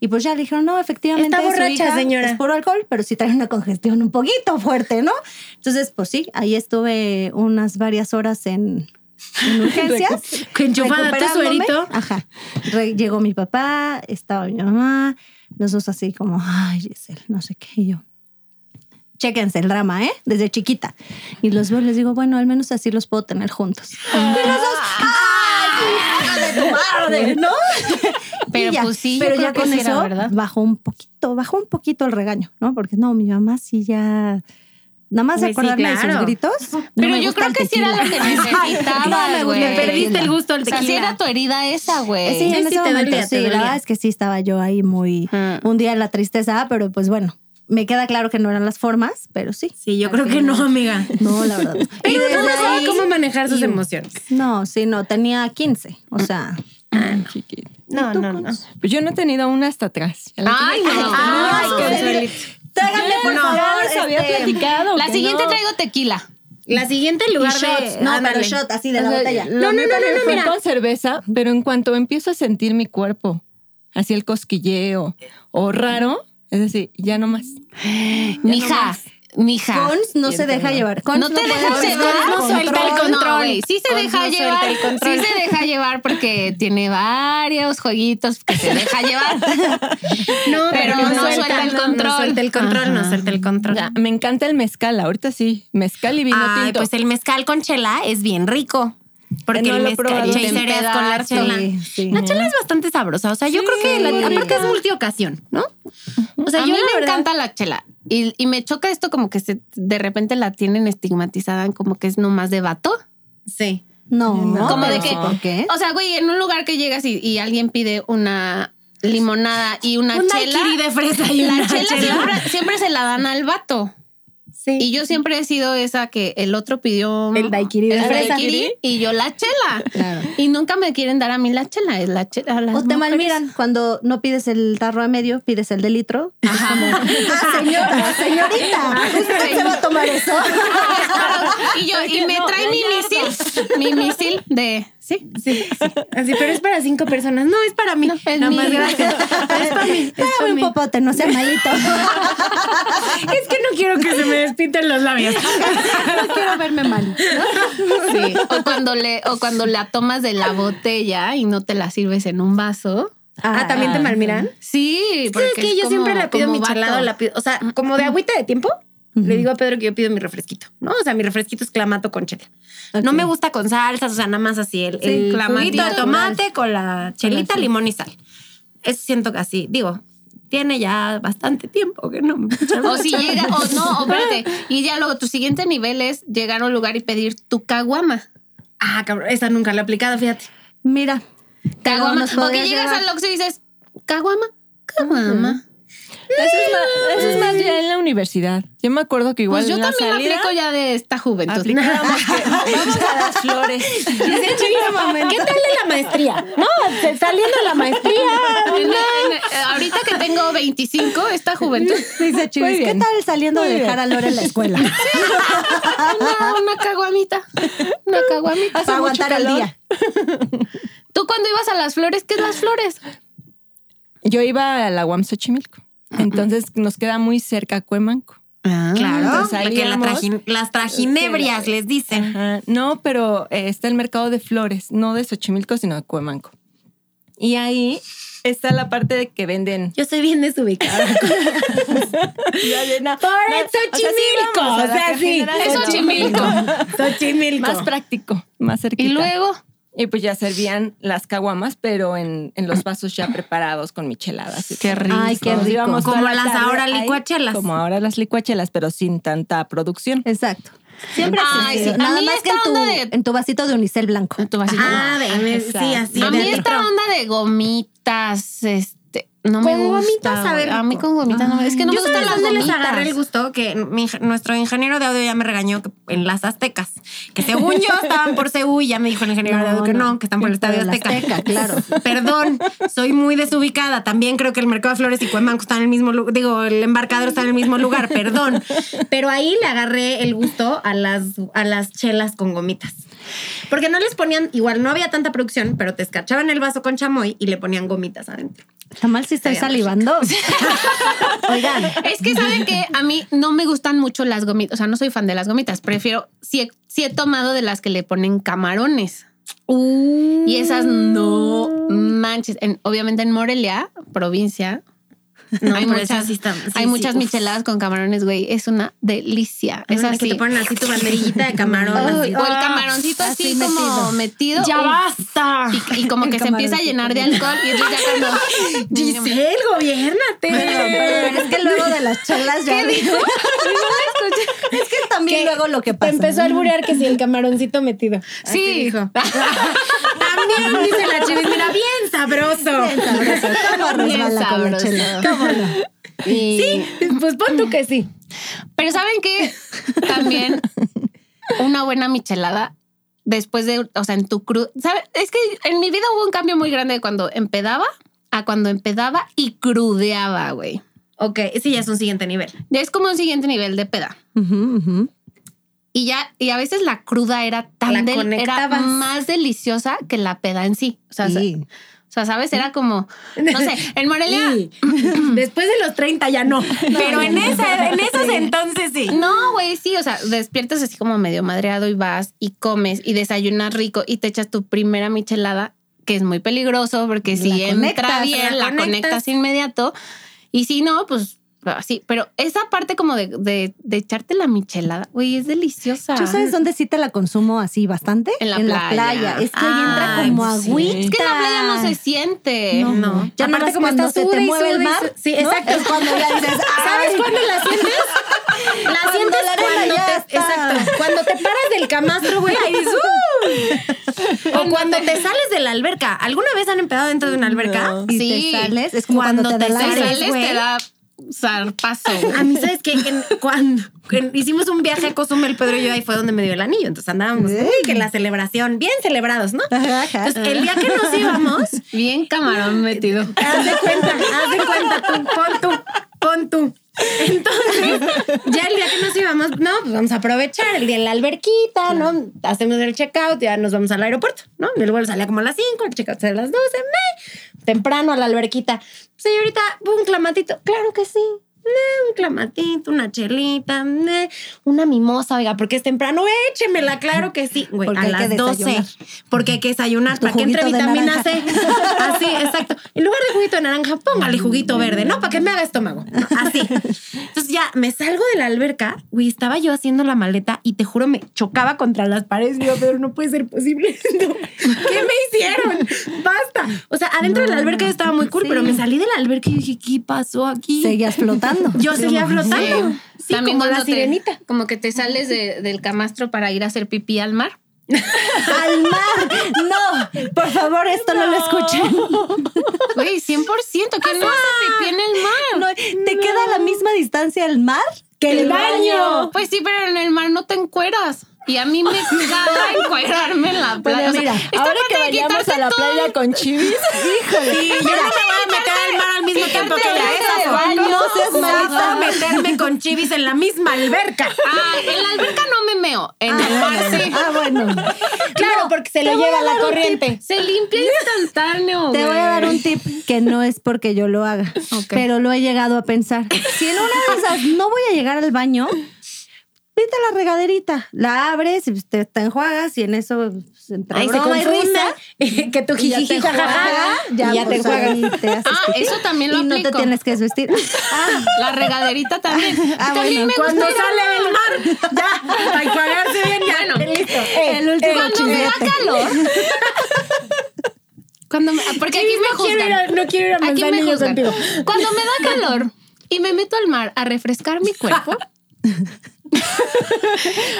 [SPEAKER 6] Y pues ya le dijeron, no, efectivamente
[SPEAKER 5] Está
[SPEAKER 6] es su
[SPEAKER 5] borracha,
[SPEAKER 6] hija,
[SPEAKER 5] señora.
[SPEAKER 6] es puro alcohol, pero sí trae una congestión un poquito fuerte, ¿no? Entonces, pues sí, ahí estuve unas varias horas en, en urgencias.
[SPEAKER 5] Que enchufada tu
[SPEAKER 6] Recuperándome.
[SPEAKER 5] suerito.
[SPEAKER 6] Ajá. Re- llegó mi papá, estaba mi mamá, los dos así como, ay, Giselle, no sé qué, y yo. Chéquense el drama, ¿eh? Desde chiquita. Y los veo, y les digo, bueno, al menos así los puedo tener juntos. Y los dos, ¡ay, hija de tu madre! ¿No?
[SPEAKER 4] Pero
[SPEAKER 6] Y ya.
[SPEAKER 4] pues sí, yo
[SPEAKER 6] pero
[SPEAKER 4] creo
[SPEAKER 6] ya
[SPEAKER 4] que
[SPEAKER 6] con
[SPEAKER 4] sí era
[SPEAKER 6] eso
[SPEAKER 4] verdad.
[SPEAKER 6] bajó un poquito, bajó un poquito el regaño, ¿no? Porque no, mi mamá sí ya. Nada más de
[SPEAKER 5] Pues sí,
[SPEAKER 6] acordarme de
[SPEAKER 5] claro.
[SPEAKER 6] sus gritos.
[SPEAKER 4] Pero yo creo que sí era lo que
[SPEAKER 6] No me
[SPEAKER 4] necesitabas,
[SPEAKER 6] gusta
[SPEAKER 4] güey.
[SPEAKER 6] el
[SPEAKER 5] Le perdiste el gusto al
[SPEAKER 4] O sea, sí
[SPEAKER 5] tequila.
[SPEAKER 4] era tu herida esa, güey.
[SPEAKER 6] Sí,
[SPEAKER 5] Sí,
[SPEAKER 6] en
[SPEAKER 5] sí
[SPEAKER 6] ese
[SPEAKER 5] te
[SPEAKER 6] momento
[SPEAKER 5] dolía, te
[SPEAKER 6] sí, la
[SPEAKER 5] dolía.
[SPEAKER 6] verdad es que sí estaba yo ahí muy un día en la tristeza, pero pues bueno, me queda claro que no eran las formas, pero sí.
[SPEAKER 5] Sí, yo creo que no, amiga.
[SPEAKER 6] No, la verdad. Y
[SPEAKER 5] Pero
[SPEAKER 6] desde
[SPEAKER 5] no
[SPEAKER 6] ahí-
[SPEAKER 5] sabe cómo manejar sus
[SPEAKER 6] y-
[SPEAKER 5] emociones.
[SPEAKER 6] No, sí, no, tenía 15, o sea,
[SPEAKER 5] No, no, no.
[SPEAKER 1] Pues yo no he tenido una hasta atrás. Ya la
[SPEAKER 4] Ay, no.
[SPEAKER 5] Ay,
[SPEAKER 6] Ay,
[SPEAKER 5] Consuelito.
[SPEAKER 6] Trágame, por
[SPEAKER 1] No,
[SPEAKER 6] favor.
[SPEAKER 1] ya les había
[SPEAKER 6] este,
[SPEAKER 1] platicado.
[SPEAKER 4] La
[SPEAKER 1] que
[SPEAKER 4] siguiente
[SPEAKER 1] no.
[SPEAKER 4] traigo tequila.
[SPEAKER 5] La siguiente en
[SPEAKER 6] y
[SPEAKER 5] lugar
[SPEAKER 6] shots.
[SPEAKER 5] de.
[SPEAKER 6] No, pero
[SPEAKER 5] ándale.
[SPEAKER 6] shot, así de la
[SPEAKER 1] O sea,
[SPEAKER 6] botella.
[SPEAKER 1] lo
[SPEAKER 5] No, no,
[SPEAKER 1] mío
[SPEAKER 5] no,
[SPEAKER 1] también
[SPEAKER 5] no, no,
[SPEAKER 1] fue
[SPEAKER 5] mira.
[SPEAKER 1] con cerveza, pero en cuanto empiezo a sentir mi cuerpo, así el cosquilleo o raro, es decir, ya no más.
[SPEAKER 4] Mija, mija.
[SPEAKER 6] Cons no se deja llevar. Cons
[SPEAKER 4] no te
[SPEAKER 6] puede
[SPEAKER 4] dejas
[SPEAKER 6] llevar.
[SPEAKER 4] llevar.
[SPEAKER 5] no suelta el
[SPEAKER 4] No,
[SPEAKER 5] control.
[SPEAKER 4] güey, sí se
[SPEAKER 5] Cons
[SPEAKER 4] deja
[SPEAKER 5] no suelta
[SPEAKER 4] llevar.
[SPEAKER 5] el control.
[SPEAKER 4] Sí se deja llevar porque tiene varios jueguitos que se deja llevar.
[SPEAKER 5] No,
[SPEAKER 4] Pero
[SPEAKER 5] pero
[SPEAKER 4] no suelta el
[SPEAKER 5] No,
[SPEAKER 4] control.
[SPEAKER 5] suelta el control,
[SPEAKER 4] Ajá.
[SPEAKER 5] no suelta el control.
[SPEAKER 1] Ya, Ah, me encanta el mezcal, ahorita sí, mezcal y vino
[SPEAKER 5] Ay,
[SPEAKER 1] tinto.
[SPEAKER 5] pues el mezcal con chela es bien rico. Porque
[SPEAKER 1] No
[SPEAKER 5] el
[SPEAKER 1] lo he
[SPEAKER 5] mezcal
[SPEAKER 1] probado.
[SPEAKER 5] y cereas con la chela.
[SPEAKER 6] Sí, sí.
[SPEAKER 5] La chela es bastante sabrosa. O sea, yo
[SPEAKER 1] Sí,
[SPEAKER 5] creo que
[SPEAKER 1] muy
[SPEAKER 5] la, aparte
[SPEAKER 1] rica.
[SPEAKER 5] es multiocasión, ¿no? O sea,
[SPEAKER 4] a
[SPEAKER 5] yo
[SPEAKER 4] mí
[SPEAKER 5] la
[SPEAKER 4] me
[SPEAKER 5] verdad-
[SPEAKER 4] encanta la chela. Y, y me choca esto como que se, de repente la tienen estigmatizada en como que es nomás de vato.
[SPEAKER 5] Sí.
[SPEAKER 6] No,
[SPEAKER 1] No,
[SPEAKER 4] Como de
[SPEAKER 6] pero
[SPEAKER 4] que-
[SPEAKER 6] sí, ¿Por qué?
[SPEAKER 4] O sea, güey, en un lugar que llegas y, y alguien pide una limonada y una
[SPEAKER 5] Un
[SPEAKER 4] chela,
[SPEAKER 5] daiquiri de fresa y
[SPEAKER 4] la
[SPEAKER 5] una
[SPEAKER 4] chela,
[SPEAKER 5] chela.
[SPEAKER 4] Siempre, siempre se la dan al vato.
[SPEAKER 5] Sí.
[SPEAKER 4] Y yo siempre he sido esa que el otro pidió
[SPEAKER 6] El daiquiri de
[SPEAKER 4] el
[SPEAKER 6] fresa.
[SPEAKER 4] daiquiri y yo la chela.
[SPEAKER 6] Claro.
[SPEAKER 4] Y nunca me quieren dar a mí la chela, es la chela. a las
[SPEAKER 6] O te
[SPEAKER 4] mujeres.
[SPEAKER 6] malmiran cuando no pides el tarro a medio, pides el de litro.
[SPEAKER 4] Ajá.
[SPEAKER 6] Ah, señora, señorita, ¿usted se va a tomar eso?
[SPEAKER 4] y yo, y me trae mi misil, mi misil de sí.
[SPEAKER 5] Sí, sí. Así, pero es para cinco personas. No, es para mí.
[SPEAKER 4] No, es
[SPEAKER 5] Nada
[SPEAKER 4] mío.
[SPEAKER 5] más, gracias. Es para mí. Es para
[SPEAKER 6] Dame un
[SPEAKER 5] mí.
[SPEAKER 6] popote, no sea malito.
[SPEAKER 5] Es que no quiero que se me despinten los labios.
[SPEAKER 6] No quiero verme mal.
[SPEAKER 4] Sí. O cuando le, o cuando la tomas de la botella y no te la sirves en un vaso.
[SPEAKER 5] Ah, ¿también te malmiran?
[SPEAKER 4] Sí, porque
[SPEAKER 5] ¿Sabes que
[SPEAKER 4] es
[SPEAKER 5] yo
[SPEAKER 4] como-
[SPEAKER 5] siempre la pido
[SPEAKER 4] como
[SPEAKER 5] mi chalado?
[SPEAKER 4] vato.
[SPEAKER 5] La pido, o sea, como de agüita de tiempo, le digo a Pedro que yo pido mi refresquito, ¿no? O sea, mi refresquito es clamato con chela. No me gusta con salsas, o sea, nada más así el, el clamatito de tomate con la chelita, limón y sal. Eso siento que así, digo, tiene ya bastante tiempo que no me
[SPEAKER 4] O si llega, o no, o espérate. Y ya luego tu siguiente nivel es llegar a un lugar y pedir tu caguama.
[SPEAKER 5] Ah, cabrón, esa nunca la he aplicado, fíjate.
[SPEAKER 6] Mira.
[SPEAKER 4] Caguama.
[SPEAKER 6] nos podrías
[SPEAKER 4] Porque llegas
[SPEAKER 6] llevar.
[SPEAKER 4] al Oxxo y dices, caguama, caguama.
[SPEAKER 1] eso, es más, eso es más ya en la universidad. Yo me acuerdo que igual
[SPEAKER 4] Pues yo
[SPEAKER 1] en la
[SPEAKER 4] también
[SPEAKER 1] salida
[SPEAKER 4] aplico ya de esta juventud.
[SPEAKER 1] aplicábamos que vamos a las flores.
[SPEAKER 5] ¿Qué tal de la maestría? No, se- saliendo de la maestría.
[SPEAKER 4] En- en- eh, ahorita que tengo 25, esta juventud.
[SPEAKER 6] Dice Chivis,
[SPEAKER 1] Muy
[SPEAKER 6] ¿qué
[SPEAKER 1] bien.
[SPEAKER 6] tal saliendo
[SPEAKER 1] Muy
[SPEAKER 6] de dejar a Lore en la escuela?
[SPEAKER 4] Una, una caguamita. Una caguamita.
[SPEAKER 6] Para aguantar el
[SPEAKER 1] calor.
[SPEAKER 6] día.
[SPEAKER 4] Tú cuando ibas a las flores, ¿qué es las flores?
[SPEAKER 1] Yo iba a la UAM Xochimilco. Entonces nos queda muy cerca Cuemanco.
[SPEAKER 5] Claro,
[SPEAKER 4] Ah.
[SPEAKER 1] Entonces,
[SPEAKER 5] porque Ah, la
[SPEAKER 1] salíamos.
[SPEAKER 5] trajin- las trajinebrias les dicen.
[SPEAKER 1] Ajá. No, pero eh, está el mercado de flores, no de Xochimilco, sino de Cuemanco. Y ahí está la parte de que venden.
[SPEAKER 5] Yo soy bien desubicada.
[SPEAKER 1] Ya llena-
[SPEAKER 5] Por
[SPEAKER 1] No,
[SPEAKER 5] el Xochimilco,
[SPEAKER 1] vamos a
[SPEAKER 5] o
[SPEAKER 1] la
[SPEAKER 5] sea, sí.
[SPEAKER 1] Catedral de
[SPEAKER 4] Es Xochimilco.
[SPEAKER 5] Xochimilco.
[SPEAKER 1] Más práctico, más cerquita.
[SPEAKER 4] Y luego,
[SPEAKER 1] Y pues ya servían las caguamas, pero en, en los vasos ya preparados con micheladas. y
[SPEAKER 4] Qué
[SPEAKER 1] todo.
[SPEAKER 4] rico.
[SPEAKER 6] Ay, qué
[SPEAKER 1] Nos
[SPEAKER 6] rico.
[SPEAKER 1] íbamos
[SPEAKER 5] Como
[SPEAKER 1] toda la
[SPEAKER 5] las
[SPEAKER 1] tarde
[SPEAKER 5] ahora
[SPEAKER 1] ahí,
[SPEAKER 5] licuachelas.
[SPEAKER 1] Como ahora las licuachelas, pero sin tanta producción.
[SPEAKER 6] Exacto.
[SPEAKER 4] siempre Ay, sí.
[SPEAKER 6] Sí,
[SPEAKER 4] A
[SPEAKER 6] Nada
[SPEAKER 4] mí
[SPEAKER 6] más que
[SPEAKER 4] esta
[SPEAKER 6] en tu,
[SPEAKER 4] onda de.
[SPEAKER 6] en tu vasito de unicel blanco.
[SPEAKER 4] Tu vasito.
[SPEAKER 5] Ah, de,
[SPEAKER 1] Exacto.
[SPEAKER 5] sí, así.
[SPEAKER 4] a mí
[SPEAKER 5] de
[SPEAKER 4] esta
[SPEAKER 5] adentro.
[SPEAKER 4] onda de gomitas, este, no me
[SPEAKER 5] Con
[SPEAKER 4] gusta.
[SPEAKER 5] gomitas sabe
[SPEAKER 4] güey. A mí
[SPEAKER 5] rico.
[SPEAKER 4] con gomitas no me Es que no
[SPEAKER 5] Yo
[SPEAKER 4] me gustan
[SPEAKER 5] sabes
[SPEAKER 4] las
[SPEAKER 5] dónde les agarré el
[SPEAKER 4] gomitas.
[SPEAKER 5] gusto que mi ing- nuestro ingeniero de audio ya me regañó que en las aztecas, que según yo estaban por Seúl y ya me dijo el ingeniero de
[SPEAKER 6] No,
[SPEAKER 5] audio que
[SPEAKER 6] no.
[SPEAKER 5] no, que están por el
[SPEAKER 6] Pero
[SPEAKER 5] estadio
[SPEAKER 6] la
[SPEAKER 5] azteca.
[SPEAKER 6] Azteca, claro.
[SPEAKER 5] Perdón, soy muy desubicada. También creo que el mercado de flores y Cuemanco están en el mismo lugar, digo, el embarcadero está en el mismo lugar, perdón. Pero ahí le agarré el gusto a las, a las chelas con gomitas. Porque no les ponían, igual no había tanta producción, pero te escarchaban el vaso con chamoy y le ponían gomitas adentro.
[SPEAKER 6] Está mal si estoy
[SPEAKER 5] Sabía
[SPEAKER 6] salivando. Oigan,
[SPEAKER 4] Es que saben que a mí no me gustan mucho las gomitas, o sea, no soy fan de las gomitas, prefiero, si he, sí he tomado de las que le ponen camarones. Y esas no
[SPEAKER 5] Uh.
[SPEAKER 4] manches. En- obviamente en Morelia, provincia,
[SPEAKER 5] No,
[SPEAKER 4] Hay
[SPEAKER 5] pero
[SPEAKER 4] muchas-
[SPEAKER 5] esas sí están- sí,
[SPEAKER 4] hay
[SPEAKER 5] sí,
[SPEAKER 4] muchas
[SPEAKER 5] uf.
[SPEAKER 4] micheladas con camarones, güey. Es una delicia.
[SPEAKER 5] Hay
[SPEAKER 4] Es
[SPEAKER 5] unas que
[SPEAKER 4] así.
[SPEAKER 5] te ponen así tu banderillita de camarón.
[SPEAKER 4] Ay,
[SPEAKER 5] así. Ah,
[SPEAKER 4] o el camaroncito así,
[SPEAKER 6] así
[SPEAKER 4] como metido.
[SPEAKER 5] ¡Ya
[SPEAKER 4] Uf.
[SPEAKER 5] basta!
[SPEAKER 4] Y, y como que se empieza a llenar de alcohol y entonces ya cuando
[SPEAKER 5] Giselle, gobiernate.
[SPEAKER 6] Perdón, perdón, es que luego de las chelas ya. es que también luego lo que pasa.
[SPEAKER 5] alburear que si el camaroncito metido.
[SPEAKER 4] Sí.
[SPEAKER 5] También dice la chivis, mira, bien sabroso.
[SPEAKER 6] Sabroso, ¿Cómo resbala con la
[SPEAKER 4] sabroso.
[SPEAKER 6] chela? ¿Cómo no?
[SPEAKER 4] Y-
[SPEAKER 5] Pues pon tú que sí.
[SPEAKER 4] Pero ¿saben qué? También una buena michelada después de, o sea, en tu cruda. Es que en mi vida hubo un cambio muy grande de cuando empedaba a cuando empedaba y crudeaba, güey.
[SPEAKER 5] Ok, ese ya es un siguiente nivel.
[SPEAKER 4] Ya es como un siguiente nivel de peda.
[SPEAKER 1] Ujú, ujú.
[SPEAKER 4] Y ya, y a veces la cruda era
[SPEAKER 5] La
[SPEAKER 4] tan del- era
[SPEAKER 5] conectabas.
[SPEAKER 4] más deliciosa que la peda en sí. O sea, sa-
[SPEAKER 1] Sí.
[SPEAKER 4] o sea, sabes, era como, no sé, en Morelia.
[SPEAKER 5] Y después de los 30 ya no.
[SPEAKER 3] Pero en, esa, en esos entonces sí.
[SPEAKER 4] No, güey, sí, o sea, despiertas así como medio madreado y vas y comes y desayunas rico y te echas tu primera michelada, que es muy peligroso porque si
[SPEAKER 6] La
[SPEAKER 4] entra
[SPEAKER 6] conectas,
[SPEAKER 4] bien,
[SPEAKER 5] la
[SPEAKER 4] la conectas.
[SPEAKER 5] conectas.
[SPEAKER 4] inmediato. Y si no, pues así. Pero esa parte como de, de- de echarte la michelada, güey, es deliciosa.
[SPEAKER 6] ¿Tú sabes dónde sí te la consumo así bastante?
[SPEAKER 4] En la playa.
[SPEAKER 6] Es que ahí entra
[SPEAKER 4] Ay,
[SPEAKER 6] como
[SPEAKER 1] pues sí.
[SPEAKER 6] agüita.
[SPEAKER 4] Es que en la playa no se siente.
[SPEAKER 6] No,
[SPEAKER 5] No.
[SPEAKER 6] Ya no
[SPEAKER 5] Aparte,
[SPEAKER 6] más
[SPEAKER 5] como
[SPEAKER 6] cuando
[SPEAKER 5] está
[SPEAKER 6] se
[SPEAKER 5] suda
[SPEAKER 6] te
[SPEAKER 5] y
[SPEAKER 6] mueve el
[SPEAKER 5] suda y
[SPEAKER 6] mar.
[SPEAKER 5] su- sí,
[SPEAKER 6] ¿no?
[SPEAKER 5] exacto.
[SPEAKER 6] Es cuando ya dices,
[SPEAKER 5] ¿Sabes
[SPEAKER 6] "Ay,
[SPEAKER 5] cuándo la sientes? La
[SPEAKER 6] Cuando
[SPEAKER 5] sientes
[SPEAKER 6] la arena
[SPEAKER 5] cuando
[SPEAKER 6] ya
[SPEAKER 5] te,
[SPEAKER 6] está.
[SPEAKER 5] exacto, cuando te paras del camastro, güey, y dices, "Uh". O cuando te sales de la alberca. ¿Alguna vez han empezado dentro de una alberca?
[SPEAKER 6] Y
[SPEAKER 4] Sí.
[SPEAKER 6] te sales, es como cuando,
[SPEAKER 5] Cuando
[SPEAKER 6] te da
[SPEAKER 5] te
[SPEAKER 6] el aire.
[SPEAKER 5] sales,
[SPEAKER 4] sales,
[SPEAKER 5] güey.
[SPEAKER 4] te da zarpazo.
[SPEAKER 5] A mí, ¿sabes qué? En- cuando en- hicimos un viaje a Cozumel, Pedro y yo, ahí fue donde me dio el anillo. Entonces andábamos, uy, que la celebración, bien celebrados, ¿no?
[SPEAKER 6] Ajá, ajá.
[SPEAKER 5] Entonces, el día que nos íbamos,
[SPEAKER 4] Bien camarón metido.
[SPEAKER 5] Haz de cuenta, haz de cuenta, tú, pon tú, pon tú. Entonces, ya el día que nos íbamos, no, pues vamos a aprovechar el día en la alberquita, ¿no? Hacemos el checkout, ya nos vamos al aeropuerto, ¿no? El vuelo salía como a las 5, el checkout sale a las 12, meh. temprano a la alberquita. Señorita, un clamatito, claro que sí. meh, Un clamatito, una chelita, meh, una mimosa, oiga, porque es temprano, échemela, claro que sí. Güey,
[SPEAKER 6] Porque
[SPEAKER 5] a
[SPEAKER 6] hay que
[SPEAKER 5] las 12,
[SPEAKER 6] desayunar.
[SPEAKER 5] porque hay que desayunar,
[SPEAKER 6] Tu
[SPEAKER 5] para que entre
[SPEAKER 6] juguito de
[SPEAKER 5] vitamina C.
[SPEAKER 6] naranja.
[SPEAKER 5] Así, exacto. En lugar de juguito de naranja, póngale juguito verde, ¿no? Para que me haga estómago. ¿no? Así. Entonces ya me salgo de la alberca, güey, estaba yo haciendo la maleta y te juro me chocaba contra las paredes. Digo, pero no puede ser posible esto. ¿Qué me hicieron? Basta. O sea, adentro de la alberca yo estaba muy cool, pero me salí de la alberca y dije, ¿qué pasó aquí?
[SPEAKER 6] Seguías flotando.
[SPEAKER 5] Yo seguía flotando.
[SPEAKER 4] Sí.
[SPEAKER 5] Sí, como la
[SPEAKER 4] cuando te-
[SPEAKER 5] sirenita.
[SPEAKER 4] Como que te sales de- del camastro para ir a hacer pipí al mar.
[SPEAKER 6] ¡Al mar! No, por favor, esto no, lo escuchen.
[SPEAKER 4] Güey, 100%. ¿Quién no hace pipí en el mar?
[SPEAKER 6] No, te queda a la misma distancia el mar que el, baño.
[SPEAKER 4] Pues sí, pero en el mar no te encueras. Y a mí me caga encuerarme en la playa.
[SPEAKER 6] Bueno,
[SPEAKER 4] O sea,
[SPEAKER 6] mira,
[SPEAKER 4] esta
[SPEAKER 1] Ahora
[SPEAKER 4] parte
[SPEAKER 1] que
[SPEAKER 4] de
[SPEAKER 1] vayamos
[SPEAKER 4] quitarse
[SPEAKER 1] a la
[SPEAKER 4] todo
[SPEAKER 1] playa con chivis,
[SPEAKER 5] Sí, yo no me voy a meter al mar al mismo tiempo que la esas baños. Exacto, meterme con chivis en la misma alberca.
[SPEAKER 4] Ah, en la alberca no me meo. En el mar sí.
[SPEAKER 6] Ah, bueno.
[SPEAKER 5] Claro, porque se lo lleva la corriente.
[SPEAKER 4] Se limpia instantáneo.
[SPEAKER 6] Te voy a dar
[SPEAKER 4] güey.
[SPEAKER 6] un tip que no es porque yo lo haga, pero lo he llegado a pensar. Si en una de esas no voy a llegar al baño, vete a la regaderita, la abres, y te, te enjuagas y en eso pues, entre
[SPEAKER 5] Ahí se
[SPEAKER 6] broma y
[SPEAKER 5] confunde
[SPEAKER 6] risa,
[SPEAKER 5] que tu
[SPEAKER 6] y ya te
[SPEAKER 5] jijiji jajaja,
[SPEAKER 6] enjuagas,
[SPEAKER 5] ya, ya te
[SPEAKER 6] pues,
[SPEAKER 5] enjuagas.
[SPEAKER 6] ahí te haces
[SPEAKER 4] Ah,
[SPEAKER 6] pipí.
[SPEAKER 4] eso también lo
[SPEAKER 6] y no
[SPEAKER 4] aplico.
[SPEAKER 6] te tienes que desvestir. Ah,
[SPEAKER 4] La regaderita también.
[SPEAKER 6] Ah,
[SPEAKER 4] también
[SPEAKER 6] bueno,
[SPEAKER 4] me
[SPEAKER 5] Cuando
[SPEAKER 4] gusta ir a-
[SPEAKER 5] sale del mar, ya, para enjuagarse bien, ya,
[SPEAKER 4] Bueno.
[SPEAKER 5] listo.
[SPEAKER 6] el
[SPEAKER 5] eh,
[SPEAKER 6] último
[SPEAKER 4] Cuando me da
[SPEAKER 6] chismete.
[SPEAKER 4] calor. Cuando me- porque aquí me
[SPEAKER 5] No quiero ir a-
[SPEAKER 4] juzgan.
[SPEAKER 5] no quiero ir a
[SPEAKER 4] Aquí me
[SPEAKER 5] Manzanillo
[SPEAKER 4] juzgan.
[SPEAKER 5] contigo.
[SPEAKER 4] Cuando me da calor y me meto al mar a refrescar mi cuerpo.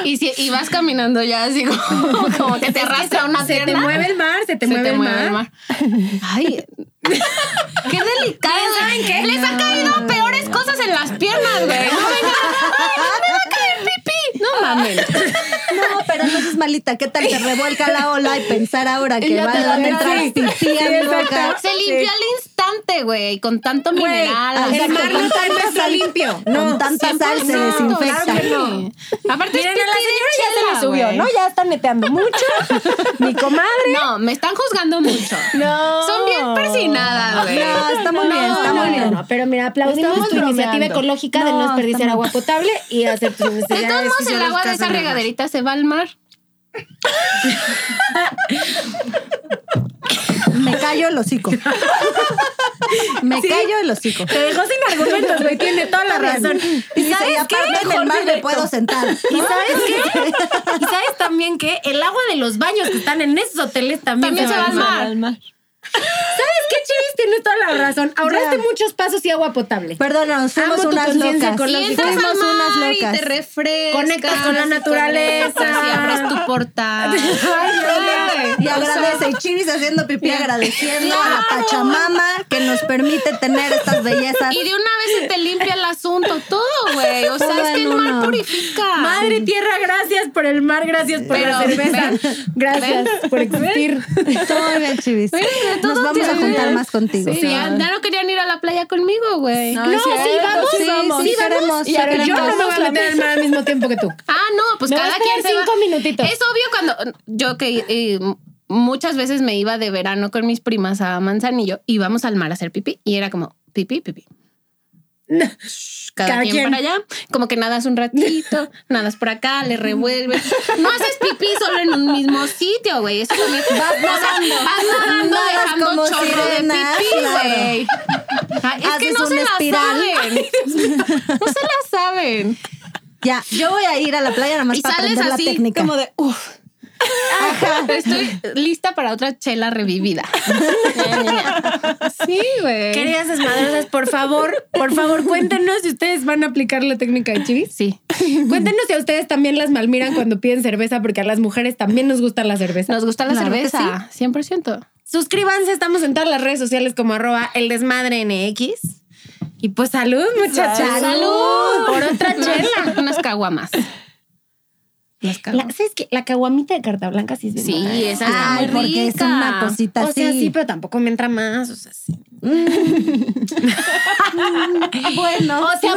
[SPEAKER 4] y, si, y vas caminando ya así como, como que te arrastra una
[SPEAKER 5] Se te
[SPEAKER 4] pierna.
[SPEAKER 5] mueve el mar, se te
[SPEAKER 4] se
[SPEAKER 5] mueve
[SPEAKER 4] te
[SPEAKER 5] el
[SPEAKER 4] mueve el
[SPEAKER 5] mar.
[SPEAKER 4] mar. Ay, qué delicado. ¿Saben qué? Les ha caído peores cosas en las piernas, güey. No vengan. Ay, no me va a caer pipí. No
[SPEAKER 5] Ah,
[SPEAKER 4] mames.
[SPEAKER 6] No, pero no es malita. ¿Qué tal te revuelca la ola y pensar ahora que
[SPEAKER 4] ya
[SPEAKER 6] va
[SPEAKER 4] te
[SPEAKER 6] a
[SPEAKER 4] la
[SPEAKER 6] dónde entrar
[SPEAKER 5] sí.
[SPEAKER 6] pipí,
[SPEAKER 5] Sí,
[SPEAKER 6] amigo,
[SPEAKER 5] exacto.
[SPEAKER 6] acá?
[SPEAKER 4] Se limpió al instante, güey, con tanto mineral.
[SPEAKER 6] al
[SPEAKER 5] ah, El
[SPEAKER 6] Exacto,
[SPEAKER 5] mar no
[SPEAKER 6] con
[SPEAKER 5] está
[SPEAKER 6] tanta
[SPEAKER 5] nuestro
[SPEAKER 6] sal-
[SPEAKER 5] limpio.
[SPEAKER 6] con tanta sal se
[SPEAKER 5] no,
[SPEAKER 6] desinfecta.
[SPEAKER 5] claro que no.
[SPEAKER 4] Aparte,
[SPEAKER 5] Miren,
[SPEAKER 4] es
[SPEAKER 5] a la
[SPEAKER 4] pipí de
[SPEAKER 5] señora ya se
[SPEAKER 4] chela,
[SPEAKER 5] le subió,
[SPEAKER 4] güey. Ah,
[SPEAKER 5] ¿no? Ya está neteando mucho. Mi comadre.
[SPEAKER 4] No, me están juzgando mucho.
[SPEAKER 5] No.
[SPEAKER 4] Son bien persinadas, güey.
[SPEAKER 6] No, está muy bien, está
[SPEAKER 5] No,
[SPEAKER 6] muy
[SPEAKER 5] no,
[SPEAKER 6] bien.
[SPEAKER 5] no, pero mira, aplaudimos
[SPEAKER 4] Estamos
[SPEAKER 5] tu iniciativa
[SPEAKER 4] bromeando.
[SPEAKER 5] ecológica de
[SPEAKER 6] No,
[SPEAKER 5] no desperdiciar agua potable y hacer tus
[SPEAKER 4] De
[SPEAKER 5] necesidades.
[SPEAKER 4] todos modos, el
[SPEAKER 5] fisiológicas
[SPEAKER 4] agua de esa
[SPEAKER 5] en el mar.
[SPEAKER 4] regaderita se va al mar.
[SPEAKER 6] Me callo el hocico. Me callo el hocico.
[SPEAKER 5] Te dejó sin argumentos, güey. Tiene toda la razón.
[SPEAKER 6] Y sabes aparte en el mar me puedo sentar.
[SPEAKER 5] ¿Y sabes qué? ¿Y sabes también que el agua de los baños que están en esos hoteles también,
[SPEAKER 4] También se va al mar.
[SPEAKER 5] ¿Sabes qué, Chivis? Tienes toda la razón. Ahorraste
[SPEAKER 6] Ya.
[SPEAKER 5] muchos pasos y agua potable.
[SPEAKER 6] Perdón, nos
[SPEAKER 5] Amo
[SPEAKER 6] fuimos
[SPEAKER 5] tu
[SPEAKER 6] unas
[SPEAKER 5] conciencia
[SPEAKER 6] locas.
[SPEAKER 5] ecológica.
[SPEAKER 4] Y entras
[SPEAKER 6] Fuimos
[SPEAKER 4] al
[SPEAKER 6] unas
[SPEAKER 4] mar y
[SPEAKER 6] locas.
[SPEAKER 4] te refrescas.
[SPEAKER 5] Conectas con la
[SPEAKER 4] y te
[SPEAKER 5] naturaleza.
[SPEAKER 4] conectas Y abres tu portal. Ay, o
[SPEAKER 6] Y
[SPEAKER 4] sea,
[SPEAKER 6] agradece, y Chivis haciendo pipí, agradeciendo a la Pachamama que nos permite tener estas bellezas.
[SPEAKER 4] Y de una vez se te limpia el asunto todo, güey. O sea,
[SPEAKER 6] Todo
[SPEAKER 4] es que
[SPEAKER 6] en
[SPEAKER 4] el mar
[SPEAKER 6] uno.
[SPEAKER 4] purifica.
[SPEAKER 5] Madre tierra, gracias por el mar, gracias por la
[SPEAKER 4] mm. Pero,
[SPEAKER 5] cerveza.
[SPEAKER 4] ven.
[SPEAKER 5] gracias por existir.
[SPEAKER 6] Todo bien, Chivis.
[SPEAKER 4] Miren,
[SPEAKER 6] Nos
[SPEAKER 4] todos
[SPEAKER 6] vamos a
[SPEAKER 4] tienen-
[SPEAKER 6] juntar más contigo.
[SPEAKER 4] Sí, ya no querían ir a la playa conmigo, güey.
[SPEAKER 2] No, sí, vamos, sí, vamos.
[SPEAKER 6] sí, queremos, sí queremos.
[SPEAKER 2] yo no me voy a meter al mar al mismo tiempo que tú.
[SPEAKER 4] Ah, no, pues
[SPEAKER 2] Me voy a
[SPEAKER 4] cada quien
[SPEAKER 2] esperar
[SPEAKER 4] se va.
[SPEAKER 2] cinco minutitos.
[SPEAKER 4] Es obvio cuando yo que eh, muchas veces me iba de verano con mis primas a Manzanillo, íbamos al mar a hacer pipí y era como pipí, pipí. Shh, Cada,
[SPEAKER 5] Cada
[SPEAKER 4] quien,
[SPEAKER 5] quien.
[SPEAKER 4] para allá, como que nadas un ratito, nadas por acá, le revuelves. No haces pipí solo en un mismo sitio, güey. Eso también. Vas nadando, vas nadando,
[SPEAKER 6] Nadas
[SPEAKER 4] dejando
[SPEAKER 6] como
[SPEAKER 4] chorro
[SPEAKER 6] sirenas,
[SPEAKER 4] de pipí,
[SPEAKER 6] claro.
[SPEAKER 4] güey. Ay, Es que
[SPEAKER 6] Haces
[SPEAKER 4] no
[SPEAKER 6] un
[SPEAKER 4] se la
[SPEAKER 6] espiral.
[SPEAKER 4] saben. No se la saben.
[SPEAKER 6] Ya, yo voy a ir a la playa nada más
[SPEAKER 4] Y
[SPEAKER 6] para
[SPEAKER 4] sales
[SPEAKER 6] aprender la
[SPEAKER 4] así,
[SPEAKER 6] técnica.
[SPEAKER 4] como de uff. Estoy lista para otra chela revivida. sí, güey.
[SPEAKER 5] Queridas desmadrosas, por favor,
[SPEAKER 2] Por favor, cuéntenos si ustedes van a aplicar la técnica de chivis.
[SPEAKER 4] Sí,
[SPEAKER 2] Cuéntenos si a ustedes también las malmiran cuando piden cerveza, porque a las mujeres también nos gusta la cerveza.
[SPEAKER 4] nos gusta la
[SPEAKER 6] Claro que
[SPEAKER 4] cerveza, 100%.
[SPEAKER 5] suscríbanse, estamos en todas las redes sociales como arroba el desmadre NX. Y pues salud, muchachas.
[SPEAKER 4] ¡Salud!
[SPEAKER 5] Por otra chela.
[SPEAKER 4] Unas- Unas caguamas. Unas
[SPEAKER 5] La,
[SPEAKER 4] caguamas.
[SPEAKER 5] ¿Sabes qué? La caguamita de carta blanca sí es bien buena,
[SPEAKER 4] Sí,
[SPEAKER 5] ¿eh?
[SPEAKER 4] esa está
[SPEAKER 6] Ay,
[SPEAKER 4] muy
[SPEAKER 6] porque es
[SPEAKER 4] rica.
[SPEAKER 6] una cosita
[SPEAKER 5] O sea,
[SPEAKER 6] así.
[SPEAKER 5] sí, pero tampoco me entra más. O sea, sí.
[SPEAKER 6] bueno.
[SPEAKER 5] O sea,